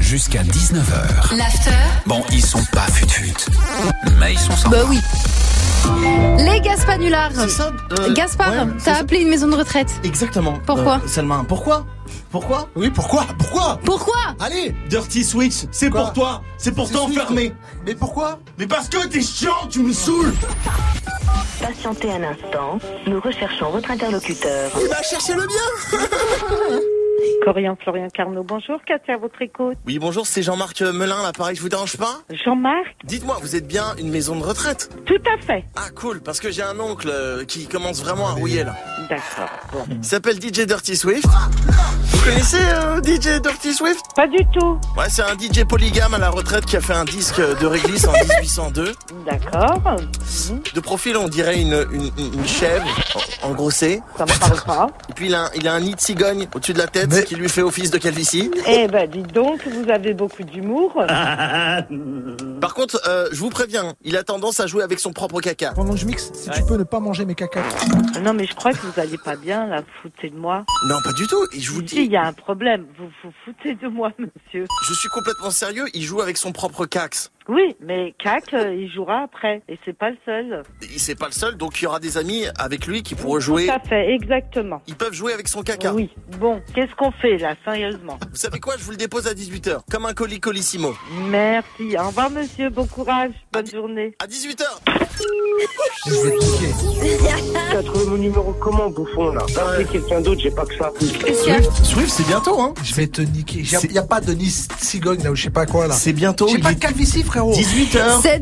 jusqu'à 19h. L'after Bon, ils sont pas fut-fut, mais ils sont sympas. Bah oui. Les Gaspanulars. C'est ça, euh, Gaspard, ouais, c'est t'as ça. appelé une maison de retraite. Exactement. Pourquoi Euh, Salma, pourquoi Pourquoi Oui, pourquoi Pourquoi Pourquoi Allez Dirty Switch, c'est Quoi pour toi, c'est pour C'est Switch. t'enfermer. Mais pourquoi Mais parce que t'es chiant, tu me saoules. Patientez un instant, nous recherchons votre interlocuteur. Il va chercher Eh ben, le bien Corian Florian Carnot, bonjour, Katia, à votre écoute. Oui, bonjour, c'est Jean-Marc euh, Melin, là, pareil, je vous dérange pas Jean-Marc Dites-moi, vous êtes bien une maison de retraite Tout à fait. Ah, cool, parce que j'ai un oncle euh, qui commence vraiment à rouiller, là. D'accord, bon. Il s'appelle DJ Dirty Swift. Vous connaissez euh, DJ Dirty Swift Pas du tout. Ouais, c'est un DJ polygame à la retraite qui a fait un disque euh, de réglisse en 1802. D'accord, De profil, on dirait une, une, une- une chèvre en- engrossée. ça me parle pas. Et puis, il a, un- il a un nid de cigogne au-dessus de la tête Mais- qui lui fait office de calvitie. Eh ben, dites donc, vous avez beaucoup d'humour. Par contre, euh, je vous préviens, il a tendance à jouer avec son propre caca. Pendant que je mixe, si tu peux ne pas manger mes caca. Non, mais je crois que vous allez pas bien, là, vous foutez de moi. Non, pas du tout. Et je vous Si, dis, il y a un problème, vous vous foutez de moi, monsieur. je suis complètement sérieux. Il joue avec son propre cax. Oui, mais Cac, euh, il jouera après, et c'est pas le seul. Il c'est pas le seul, donc il y aura des amis avec lui qui pourront jouer. Tout à fait, exactement. Ils peuvent jouer avec son caca. Oui, bon, qu'est-ce qu'on fait, là, sérieusement Vous savez quoi Je vous le dépose à 18h, comme un colis colissimo. Merci, au revoir, monsieur, bon courage, bonne journée. À 18h Je vais te piquer. Tu as trouvé mon numéro comment, bouffon, là Rappelez quelqu'un d'autre, j'ai pas que ça. Qu'est-ce qu'il y a Swift, Swift, c'est bientôt, hein Je vais te niquer. C'est- Il n'y a, pas de Nice Cigogne là ou je sais pas quoi là. C'est bientôt. J'ai il pas est de calvitie frérot. 18h. Cette